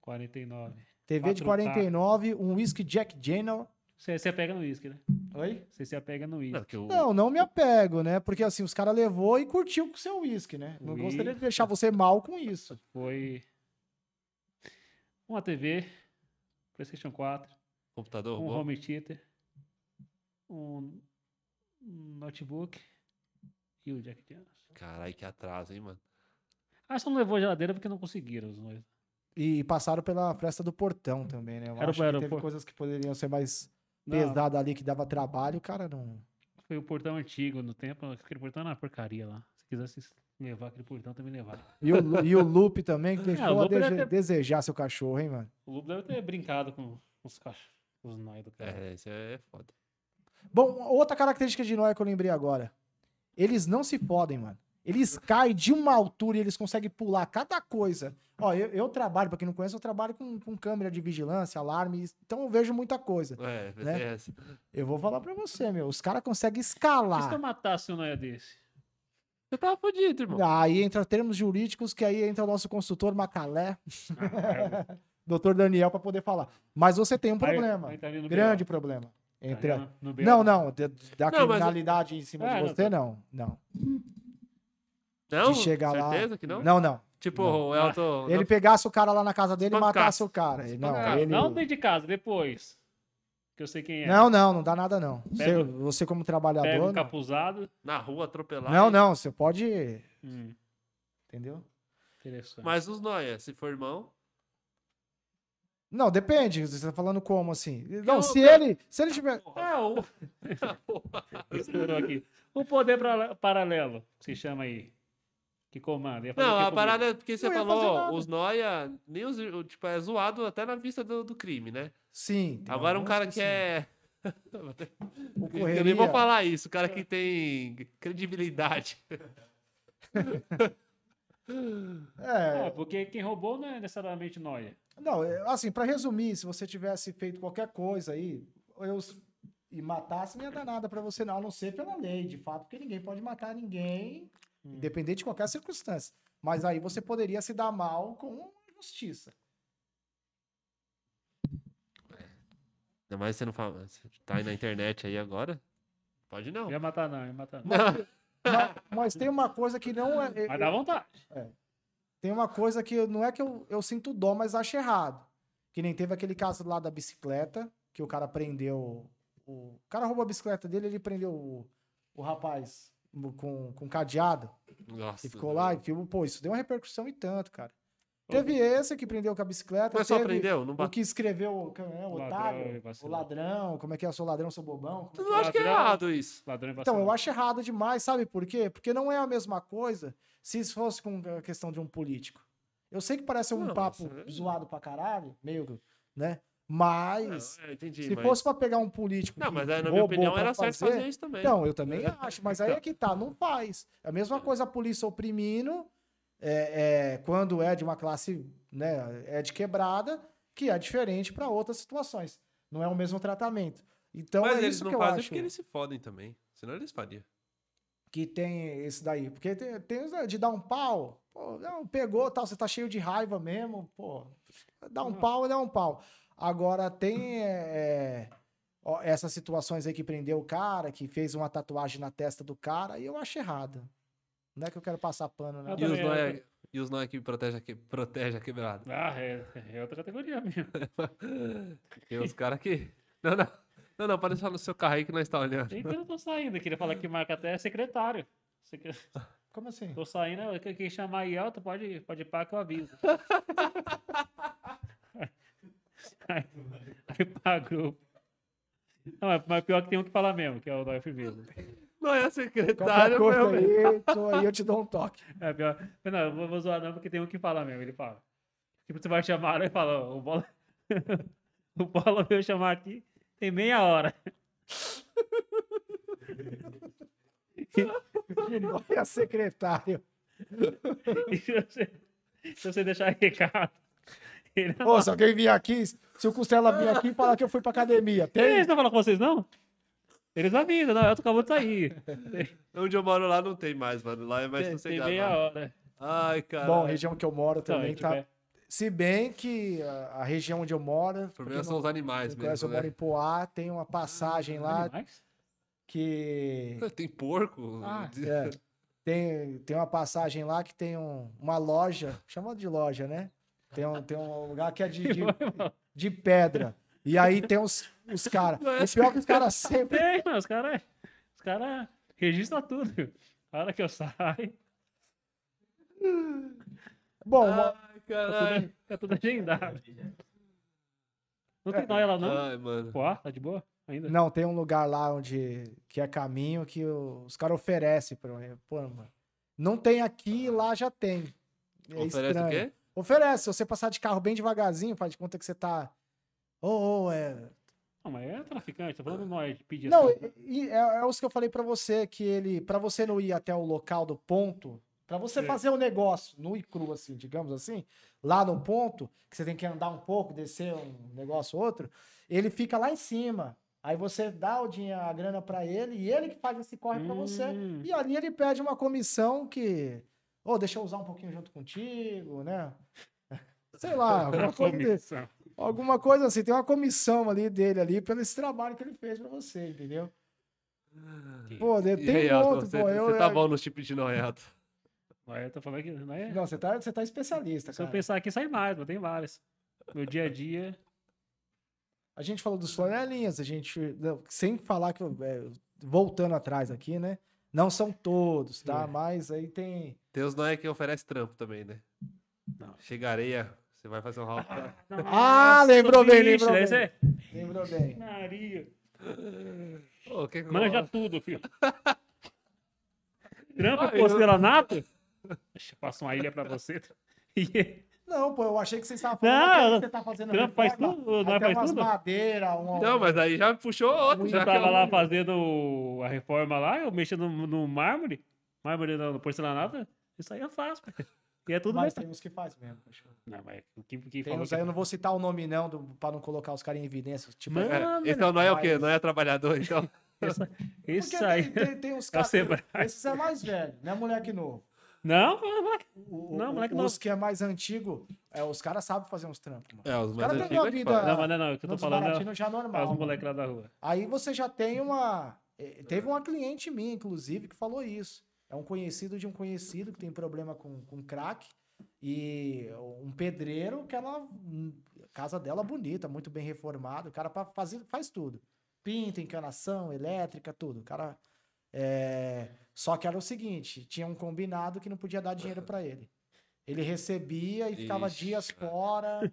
Speaker 3: 49.
Speaker 2: TV de
Speaker 3: 4K.
Speaker 2: 49, um Whisky Jack Daniel.
Speaker 3: Você se apega no uísque, né?
Speaker 2: Oi?
Speaker 3: Você se apega no uísque.
Speaker 1: Não, que o,
Speaker 2: Não, não me apego, né? Porque assim, os caras levou e curtiu com o seu whisky, né? Não
Speaker 3: Ui.
Speaker 2: gostaria de deixar você mal com isso.
Speaker 3: Foi um uma TV, PlayStation 4,
Speaker 1: computador
Speaker 3: um
Speaker 1: bom.
Speaker 3: home theater, um um notebook e o Jack Daniels.
Speaker 1: Caralho, que atraso, hein, mano?
Speaker 3: Ah, só não levou a geladeira porque não conseguiram os dois.
Speaker 2: E passaram pela festa do portão também, né? Eu
Speaker 3: Era
Speaker 2: acho
Speaker 3: pro
Speaker 2: que teve
Speaker 3: aeroporto.
Speaker 2: coisas que poderiam ser mais
Speaker 3: Não.
Speaker 2: pesadas ali, que dava trabalho, o cara não.
Speaker 3: Foi o portão antigo no tempo. Aquele portão era uma porcaria lá. Se quisesse levar aquele portão, também levava.
Speaker 2: E o, Lu- e o Loop também,
Speaker 3: É,
Speaker 2: que deixou a
Speaker 3: Loop
Speaker 2: dese-
Speaker 3: deve ter-
Speaker 2: desejar seu cachorro, hein, mano?
Speaker 3: O Lupo deve ter brincado com os cachorros, os nóis do cara.
Speaker 1: É, isso é foda.
Speaker 2: Bom, outra característica de Noia que eu lembrei agora. Eles não se podem, mano. Eles caem de uma altura e eles conseguem pular cada coisa. Ó, eu, eu trabalho, pra quem não conhece, eu trabalho com, com câmera de vigilância, alarme, então eu vejo muita coisa.
Speaker 1: É,
Speaker 2: Né?
Speaker 1: é essa.
Speaker 2: Eu vou falar pra você, meu. Os caras conseguem
Speaker 3: E se eu
Speaker 2: escalar.
Speaker 3: matasse um nóia desse?
Speaker 1: Você tava fudido, irmão.
Speaker 2: Aí entra termos jurídicos, que aí entra o nosso consultor Macalé, doutor Daniel, pra poder falar. Mas você tem um problema.
Speaker 3: Aí- aí tá ali no
Speaker 2: grande
Speaker 3: BO.
Speaker 2: problema.
Speaker 3: Tá
Speaker 2: Entre
Speaker 3: ali no BO.
Speaker 2: Não, não. de- Da
Speaker 1: Não, mas-
Speaker 2: criminalidade em cima
Speaker 3: Ah,
Speaker 2: de
Speaker 3: não,
Speaker 2: você, não. Não.
Speaker 1: Não,
Speaker 2: de chegar lá.
Speaker 1: certeza que não?
Speaker 2: Não, não.
Speaker 1: Tipo,
Speaker 2: Não.
Speaker 1: o Elton...
Speaker 2: Ele pegasse o cara lá na casa dele e
Speaker 1: Espancasse.
Speaker 2: matasse o cara. Ele- Não,
Speaker 3: Ah,
Speaker 2: ele...
Speaker 3: Não dentro de casa, depois. Que eu sei quem é.
Speaker 2: não, tá não, não dá nada, não. Você,
Speaker 3: Pega-
Speaker 2: você como
Speaker 3: Pega
Speaker 2: trabalhador.
Speaker 3: um capuzado.
Speaker 1: Na rua, atropelar.
Speaker 2: Não, não, você pode.
Speaker 3: Hum,
Speaker 2: Entendeu?
Speaker 3: interessante.
Speaker 1: Mas os noia, se for irmão...
Speaker 2: Não, depende. Você tá falando como assim? Não,
Speaker 1: eu-
Speaker 2: se ele. Se ele tiver.
Speaker 1: É, o...
Speaker 3: Estourou aqui. O poder pra- paralelo, que se chama aí. Que comanda. Ia fazer o
Speaker 1: Não,
Speaker 3: quê
Speaker 1: a
Speaker 3: comigo?
Speaker 1: parada é porque você
Speaker 2: Não ia fazer
Speaker 1: falou,
Speaker 2: nada.
Speaker 1: os noia, nem os, o- tipo, é zoado até na vista do, do crime, né?
Speaker 2: Sim. tem
Speaker 1: Agora um
Speaker 2: alguns
Speaker 1: cara que
Speaker 2: sim.
Speaker 1: é... Eu nem
Speaker 2: correria.
Speaker 1: vou falar isso, o cara que tem credibilidade.
Speaker 2: É,
Speaker 3: É, porque quem roubou não é necessariamente nóia.
Speaker 2: Não, é, assim, pra resumir, se você tivesse feito qualquer coisa aí, eu s- e matasse, não ia dar nada pra você, não, a não ser pela lei, de fato, porque ninguém pode matar ninguém,
Speaker 3: Hum.
Speaker 2: independente de qualquer circunstância. Mas aí você poderia se dar mal com a justiça.
Speaker 1: Ainda mais você não fala... Você tá aí na internet aí agora? Pode não.
Speaker 3: Não ia matar, não, ia matar. Não.
Speaker 1: Não.
Speaker 2: Ma- Mas, tem uma coisa que não é. é-
Speaker 3: Mas dá vontade.
Speaker 2: Tem uma coisa que eu- não é que eu, eu sinto dó, mas acho errado. Que nem teve aquele caso lá da bicicleta, que o cara prendeu. O, o cara roubou a bicicleta dele, ele prendeu o, o rapaz com, com cadeado.
Speaker 1: Nossa.
Speaker 2: E ficou lá e filmou, pô, isso deu uma repercussão e tanto, cara. Teve esse que prendeu com a bicicleta.
Speaker 1: Mas só
Speaker 2: teve
Speaker 1: aprendeu? Não
Speaker 2: O
Speaker 1: bateu.
Speaker 2: que escreveu o, é, o
Speaker 3: Ladrão e
Speaker 2: otário, o
Speaker 3: vacilão.
Speaker 2: ladrão, como é que é, sou ladrão, sou bobão. como é
Speaker 1: Eu
Speaker 2: que
Speaker 1: não acho que é
Speaker 3: Ladrão.
Speaker 1: errado isso.
Speaker 3: Ladrão e
Speaker 2: então,
Speaker 3: vacilão.
Speaker 2: eu acho errado demais, sabe por quê? Porque não é a mesma coisa se isso fosse com a questão de um político. Eu sei que parece um
Speaker 1: Não,
Speaker 2: papo
Speaker 1: mas, é.
Speaker 2: zoado pra caralho, meio, né? Mas,
Speaker 1: Não, eu É, entendi,
Speaker 2: se
Speaker 1: mas...
Speaker 2: fosse pra pegar um político.
Speaker 1: Não,
Speaker 2: que
Speaker 1: mas aí, na minha
Speaker 2: roubou
Speaker 1: opinião,
Speaker 2: pra
Speaker 1: era certo fazer isso também.
Speaker 2: Então, eu também acho, mas aí é que tá, não faz. É a mesma coisa a polícia oprimindo, é, é, quando é de uma classe, né, é de quebrada, que é diferente pra outras situações. Não é o mesmo tratamento. Então,
Speaker 4: Mas
Speaker 2: é
Speaker 4: eles
Speaker 2: isso
Speaker 4: não
Speaker 2: que eu
Speaker 4: fazem
Speaker 2: acho.
Speaker 4: porque eles se fodem também. Senão eles fariam.
Speaker 2: que tem esse daí. Porque tem, tem os de dar um pau. Pô, não, pegou, tal, você tá cheio de raiva mesmo, pô. Dá um
Speaker 3: Nossa.
Speaker 2: pau, dá um pau. Agora tem é, é, ó, essas situações aí que prendeu o cara, que fez uma tatuagem na testa do cara, e eu acho errado. Não é que eu quero passar pano, né?
Speaker 3: Eu
Speaker 4: E os
Speaker 3: também,
Speaker 4: Noia, e os Noia que protege a, que, protege a quebrada.
Speaker 3: Ah, é, é outra categoria mesmo.
Speaker 4: Tem os caras que. Não, não. Não, não, pode deixar no seu carro aí que nós tá olhando.
Speaker 3: Tem que eu não tô saindo. Queria falar que marca até é secretário. Secre-
Speaker 2: Como assim?
Speaker 3: Tô saindo, eu- quem chamar aí, Elton, pode, pode ir pra que eu aviso. aí, aí pra grupo. Não, mas, mas pior que tem um que fala mesmo, que é o da FV.
Speaker 4: Não é secretário,
Speaker 2: Qualquer coisa
Speaker 4: meu bem.
Speaker 2: aí, tô aí, eu te dou um toque.
Speaker 3: É pior. Não, eu vou, vou zoar não, porque tem um que fala mesmo, ele fala. Tipo, você vai chamar e fala, "Ó, o bola. o bola veio chamar aqui, tem meia hora.
Speaker 2: É secretário.
Speaker 3: E se você, se você deixar recado. Ele não...
Speaker 2: Ô, se alguém vier aqui, se o Costela vir aqui e falar que eu fui pra academia, tem?
Speaker 3: Eles não falam com vocês, não? Eles avisam, não, eu acabou de sair.
Speaker 4: Onde eu moro lá não tem mais, mano. Lá é mais
Speaker 3: tem, tem
Speaker 4: sossegado.
Speaker 3: meia
Speaker 4: lá.
Speaker 3: hora.
Speaker 4: Ai, cara.
Speaker 2: Bom, a região que eu moro
Speaker 3: Então,
Speaker 2: também
Speaker 3: é,
Speaker 2: tá.
Speaker 3: tipo, é-
Speaker 2: Se bem que a, a região onde eu moro.
Speaker 4: O problema
Speaker 2: porque
Speaker 4: são os animais
Speaker 2: não conhece,
Speaker 4: mesmo,
Speaker 2: eu moro
Speaker 4: né? Ah,
Speaker 2: em Poá, tem uma passagem lá
Speaker 3: Animais?
Speaker 2: que.
Speaker 4: Tem porco.
Speaker 3: Ah,
Speaker 4: de-
Speaker 2: é, tem, tem uma passagem lá que tem um- uma loja, chamada de loja, né? Tem um, tem um lugar que é de, de, de pedra. E aí tem os, os caras.
Speaker 4: é
Speaker 2: E pior que os caras
Speaker 4: assim.
Speaker 2: sempre.
Speaker 3: Tem, mano, os caras. Os caras registram tudo. A hora que eu saio,
Speaker 2: Bom, uma-
Speaker 4: Ai, caralho.
Speaker 3: tá tudo agendado. Não tem nóia lá,
Speaker 1: Ah.
Speaker 3: não?
Speaker 4: Ai, mano.
Speaker 3: Pô, tá de boa? Ainda?
Speaker 2: É. não, tem um lugar lá onde que é caminho que o- os caras oferecem pra mim. Pô, mano. Não tem aqui e lá já tem. É
Speaker 4: Oferece
Speaker 2: estranho.
Speaker 4: o quê?
Speaker 2: Oferece. Se você passar de carro bem devagarzinho, faz de conta que você tá. Ô, ô, é.
Speaker 3: Não, mas é traficante, tô falando nós de pedir assim.
Speaker 2: Não,
Speaker 3: essa-
Speaker 2: e- e é, é os que eu falei pra você, que ele, Pra você não ir até o local do ponto, pra você
Speaker 3: Sei.
Speaker 2: fazer o negócio nu e cru, assim, digamos assim, lá no ponto, que você tem que andar um pouco, descer um negócio ou outro, ele fica lá em cima. Aí você dá o dinheiro, a grana pra ele e ele que faz esse corre pra você.
Speaker 3: Hum,
Speaker 2: E ali ele pede uma comissão que, ô, deixa eu usar um pouquinho junto contigo, né? Sei lá, alguma
Speaker 3: uma
Speaker 2: coisa desse.
Speaker 3: comissão.
Speaker 2: Alguma coisa assim, tem uma comissão ali dele ali pelo esse trabalho que ele fez pra você, entendeu?
Speaker 3: Ah,
Speaker 2: Pô, de-
Speaker 4: E
Speaker 2: tem
Speaker 4: aí,
Speaker 2: um
Speaker 4: Elton,
Speaker 2: outro,
Speaker 4: você,
Speaker 2: pô.
Speaker 4: você
Speaker 2: eu,
Speaker 4: tá
Speaker 2: eu-
Speaker 4: bom nos tipos de noiato.
Speaker 3: Mas eu tô falando que não é.
Speaker 2: Não, você tá, você tá especialista,
Speaker 3: Se eu
Speaker 2: cara.
Speaker 3: pensar aqui, sai mais, mas tem várias. Meu dia a dia.
Speaker 2: A gente falou dos flanelinhas, a gente. não, Sem falar que. eu- é, voltando atrás aqui, né? Não são todos, tá?
Speaker 3: É.
Speaker 2: Mas aí tem.
Speaker 4: Tem os noia que é oferece trampo também, né?
Speaker 3: Não.
Speaker 4: Chega areia, você vai fazer um round.
Speaker 2: Ah, lembrou bem,
Speaker 3: bicho,
Speaker 2: lembrou
Speaker 3: daí
Speaker 2: bem.
Speaker 3: você-
Speaker 2: Lembrou bem.
Speaker 3: Maria.
Speaker 4: Ô, que...
Speaker 3: Manja tudo, filho. Trampa
Speaker 4: Ah,
Speaker 3: com
Speaker 4: eu-
Speaker 3: porcelanato? Deixa eu passar uma ilha pra você. E-
Speaker 2: Não, pô, eu achei que vocês estavam
Speaker 3: Não,
Speaker 2: falando. Não, que você tá fazendo
Speaker 3: Trump faz
Speaker 2: reforma,
Speaker 3: tudo,
Speaker 2: aí
Speaker 3: não é
Speaker 2: tem
Speaker 3: faz
Speaker 2: umas
Speaker 3: tudo?
Speaker 2: madeira, um, uma.
Speaker 4: Não, mas aí já puxou outro. Já
Speaker 3: Eu
Speaker 4: que é
Speaker 3: tava
Speaker 4: um-
Speaker 3: lá fazendo a reforma lá, eu mexendo no, no mármore. Mármore não, no porcelanato. Isso aí eu faço. pô. E é tudo
Speaker 2: mas
Speaker 3: mais.
Speaker 2: tem uns que faz mesmo. poxa.
Speaker 3: Não, mas o que, que
Speaker 2: Tem
Speaker 3: falou
Speaker 2: uns
Speaker 3: que-
Speaker 2: aí, eu não vou citar o nome, não, do, pra não colocar os caras em evidência. Tipo,
Speaker 3: Mano,
Speaker 4: É, esse é o noia o quê?
Speaker 2: Mas-
Speaker 4: Noia trabalhador, então.
Speaker 3: Essa,
Speaker 2: Porque
Speaker 3: é isso
Speaker 2: tem,
Speaker 3: aí.
Speaker 2: tem, tem uns
Speaker 3: É o
Speaker 2: caras.
Speaker 3: Sebrae.
Speaker 2: Esses é mais velho, não é moleque novo.
Speaker 3: Não, é mano, moleque.
Speaker 2: O, o-
Speaker 3: Não, moleque
Speaker 2: os
Speaker 3: novo.
Speaker 2: que é mais antigo, é, os caras sabem fazer uns trampos, mano.
Speaker 4: É, os
Speaker 2: cara
Speaker 4: mais
Speaker 2: tem
Speaker 4: antigos
Speaker 2: uma
Speaker 4: é que
Speaker 2: vida-
Speaker 4: fazem.
Speaker 3: Não, mas não, não. O que eu tô
Speaker 2: Nos
Speaker 3: falando é-
Speaker 2: baratinhos já é
Speaker 3: é os
Speaker 2: normal. mano.
Speaker 3: moleques lá da rua.
Speaker 2: Aí você já tem uma. eh, Teve uma cliente minha, inclusive, que falou isso. É um conhecido de um conhecido que tem problema com, com crack. E um pedreiro que ela. hum, a Casa dela é bonita, muito bem reformada. O cara pra fazer, faz tudo. Pinta, encanação, elétrica, tudo. O cara. eh, Só que era o seguinte: tinha um combinado que não podia dar dinheiro pra ele. Ele recebia e ficava
Speaker 4: Ixi,
Speaker 2: dias fora,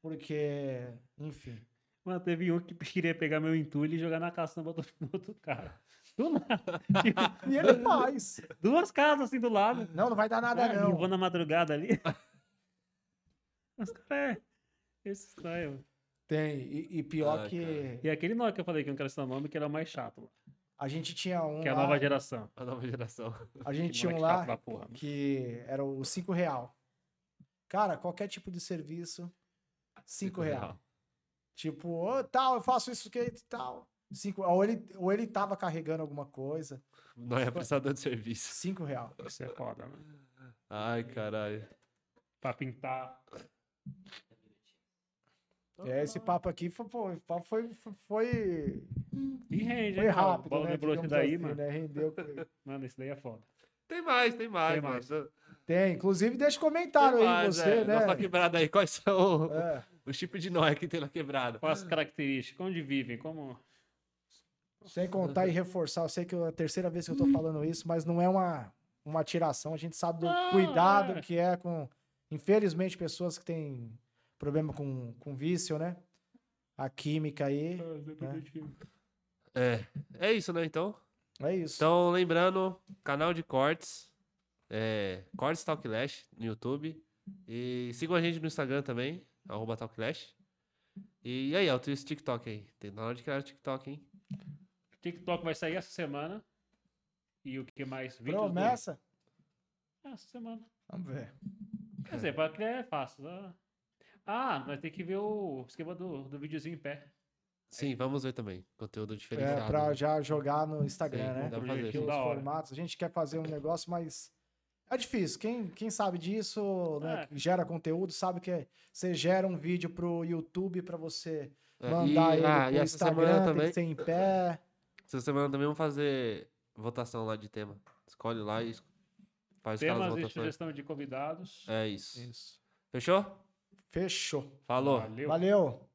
Speaker 2: porque. Enfim.
Speaker 3: Mano, teve um que queria pegar meu entulho e jogar na caçamba do, do outro cara. Do nada. Tipo,
Speaker 2: E ele faz.
Speaker 3: duas casas assim do lado.
Speaker 2: Não, não vai dar nada,
Speaker 3: Ah,
Speaker 2: não.
Speaker 3: Eu vou na madrugada ali. Os caras é. Esse estranho. mano.
Speaker 2: Tem. E, e pior
Speaker 3: Ah,
Speaker 4: Ai,
Speaker 2: que
Speaker 3: E aquele nó que eu falei que eu não quero citar nome, que era o mais chato. mano,
Speaker 2: a gente tinha um.
Speaker 3: Que é a
Speaker 2: lá-
Speaker 3: nova geração.
Speaker 4: A nova geração.
Speaker 2: A gente
Speaker 3: Que
Speaker 2: tinha um
Speaker 3: moleque tá
Speaker 2: lá
Speaker 3: chato da porra, mano.
Speaker 2: que era o 5 real. Cara, qualquer tipo de serviço, 5 real. Tipo, ô, tal, eu faço isso que tal. Cinco, ou, ele, ou ele tava carregando alguma coisa.
Speaker 4: Noia é prestador de serviço.
Speaker 2: 5 real.
Speaker 3: Isso é foda, mano.
Speaker 4: Ai, caralho.
Speaker 3: Pra pintar.
Speaker 2: É, esse papo aqui foi, foi, foi, foi,
Speaker 3: E rende,
Speaker 2: foi
Speaker 3: hein, mano?
Speaker 2: rápido.
Speaker 3: Bola
Speaker 2: né?
Speaker 3: de broxo
Speaker 2: Digamos
Speaker 3: daí,
Speaker 2: assim,
Speaker 3: mano.
Speaker 2: né? Rendeu. foi.
Speaker 3: Mano, esse daí é foda.
Speaker 4: Tem mais, tem mais,
Speaker 3: Tem
Speaker 4: mano.
Speaker 3: mais.
Speaker 4: Tem
Speaker 2: Tem, inclusive, deixa comentário aí
Speaker 4: mais,
Speaker 2: você,
Speaker 4: é.
Speaker 2: né?
Speaker 4: Nossa quebrada aí, quais são
Speaker 2: É.
Speaker 4: os tipos de noia que tem na quebrada?
Speaker 3: Quais as características? Onde vivem? Como.
Speaker 2: Sem contar e reforçar, eu sei que é a terceira vez que eu tô falando isso, mas não é uma, uma tiração. A gente sabe do
Speaker 3: Não,
Speaker 2: cuidado
Speaker 3: é.
Speaker 2: que é com, infelizmente, pessoas que É. têm problema com, com vício, né? A química aí.
Speaker 1: É. É isso, né, então?
Speaker 2: É isso.
Speaker 1: Então, lembrando, canal de cortes, é, Cortes Talklash no YouTube. E sigam a gente no Instagram também, arroba Talklash. E aí, ó, tem esse TikTok aí. Tem na hora de criar o TikTok, hein?
Speaker 3: TikTok vai sair essa semana. E o que mais? Vídeos do-
Speaker 2: Promessa?
Speaker 3: Essa semana.
Speaker 2: Vamos ver.
Speaker 3: Quer dizer, pra criar é fácil. né? Ah, nós temos que ver o esquema do, do videozinho em pé.
Speaker 1: Sim, vamos ver também. Conteúdo diferenciado.
Speaker 2: É, pra
Speaker 1: né?
Speaker 2: já jogar no Instagram,
Speaker 1: Sim, um
Speaker 2: né?
Speaker 1: dá pra
Speaker 3: Projetinho
Speaker 1: fazer.
Speaker 2: Os
Speaker 3: da hora.
Speaker 2: formatos. A gente quer fazer um negócio, mas é difícil. Quem, quem sabe disso, né,
Speaker 3: É.
Speaker 2: que gera conteúdo, sabe que é- você gera um vídeo pro YouTube pra você
Speaker 1: É,
Speaker 2: mandar
Speaker 1: e,
Speaker 2: ele
Speaker 1: ah, e
Speaker 2: pro
Speaker 1: essa semana
Speaker 2: Instagram,
Speaker 1: também.
Speaker 2: tem que ser em pé.
Speaker 1: Essa semana também vamos fazer votação lá de tema. Escolhe lá e es- faz aquelas
Speaker 3: Temas e
Speaker 1: votações.
Speaker 3: sugestão de convidados.
Speaker 1: É isso.
Speaker 2: Isso.
Speaker 1: Fechou?
Speaker 2: Fechou.
Speaker 1: Falou.
Speaker 3: Valeu.
Speaker 2: Valeu.